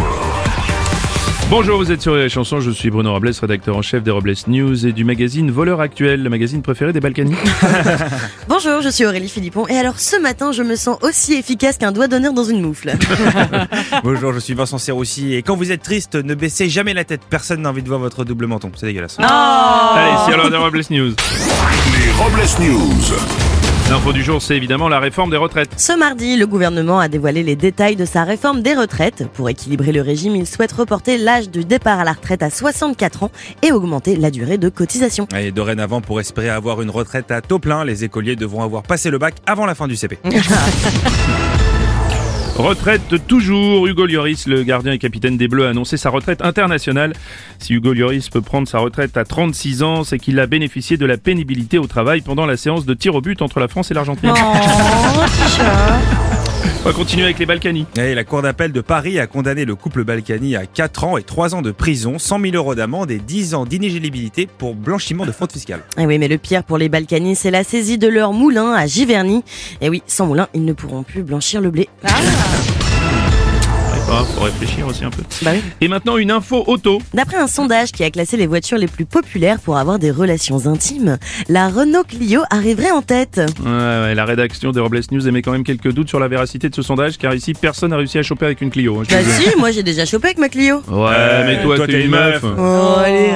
world. Bonjour, vous êtes sur les chansons, je suis Bruno Robles, rédacteur en chef des Robles News et du magazine Voleur Actuel, le magazine préféré des Balkany. Bonjour, je suis Aurélie Philippon et alors ce matin je me sens aussi efficace qu'un doigt d'honneur dans une moufle. Bonjour, je suis Vincent Serroussi et quand vous êtes triste, ne baissez jamais la tête. Personne n'a envie de voir votre double menton, c'est dégueulasse. Allez, c'est alors des Robles News. Les Robles News. L'info du jour, c'est évidemment la réforme des retraites. Ce mardi, le gouvernement a dévoilé les détails de sa réforme des retraites. Pour équilibrer le régime, il souhaite reporter l'âge du départ à la retraite à 64 ans et augmenter la durée de cotisation. Et dorénavant, pour espérer avoir une retraite à taux plein, les écoliers devront avoir passé le bac avant la fin du CP. Retraite toujours, Hugo Lloris, le gardien et capitaine des Bleus, a annoncé sa retraite internationale. Si Hugo Lloris peut prendre sa retraite à 36 ans, c'est qu'il a bénéficié de la pénibilité au travail pendant la séance de tir au but entre la France et Oh. l'Argentine. On va continuer avec les Balkany. Et la cour d'appel de Paris a condamné le couple Balkany à 4 ans et 3 ans de prison, 100 000 euros d'amende et 10 ans d'inéligibilité pour blanchiment de fraude fiscale. Et Eh oui, mais le pire pour les Balkany, c'est la saisie de leur moulin à Giverny. Et oui, sans moulin, ils ne pourront plus blanchir le blé. Ouais, pas, faut réfléchir aussi un peu. Bah oui. Et maintenant, une info auto. D'après un sondage qui a classé les voitures les plus populaires pour avoir des relations intimes, la Renault Clio arriverait en tête. Ouais, ouais, la rédaction des Robles News émet quand même quelques doutes sur la véracité de ce sondage, car ici, personne n'a réussi à choper avec une Clio. hein, je te Bah le dis. si, moi j'ai déjà chopé avec ma Clio. Ouais, mais toi, toi, t'es une meuf. Oh, allez.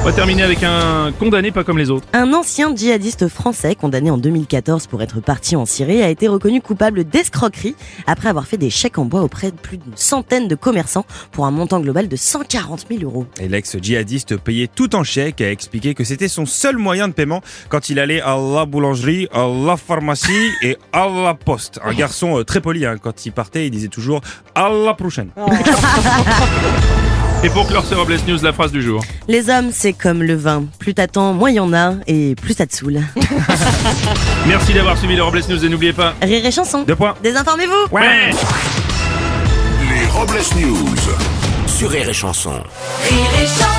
On va terminer avec un condamné pas comme les autres. Un ancien djihadiste français condamné en 2014 pour être parti en Syrie a été reconnu coupable d'escroquerie après avoir fait des chèques en bois auprès de plus d'une centaine de commerçants pour un montant global de 140 000 euros. Et l'ex-djihadiste payé tout en chèque a expliqué que c'était son seul moyen de paiement quand il allait à la boulangerie, à la pharmacie et à la poste. Un garçon euh, très poli, hein, quand il partait, il disait toujours à la prochaine. Et pour clore ce Robles News, la phrase du jour. Les hommes, c'est comme le vin. Plus t'attends, moins il y en a et plus ça te saoule. Merci d'avoir suivi les Robles News et n'oubliez pas. Rire et chanson. Deux points. Désinformez-vous Ouais. Les Robles News. Sur Rire et Chanson. Rire et chanson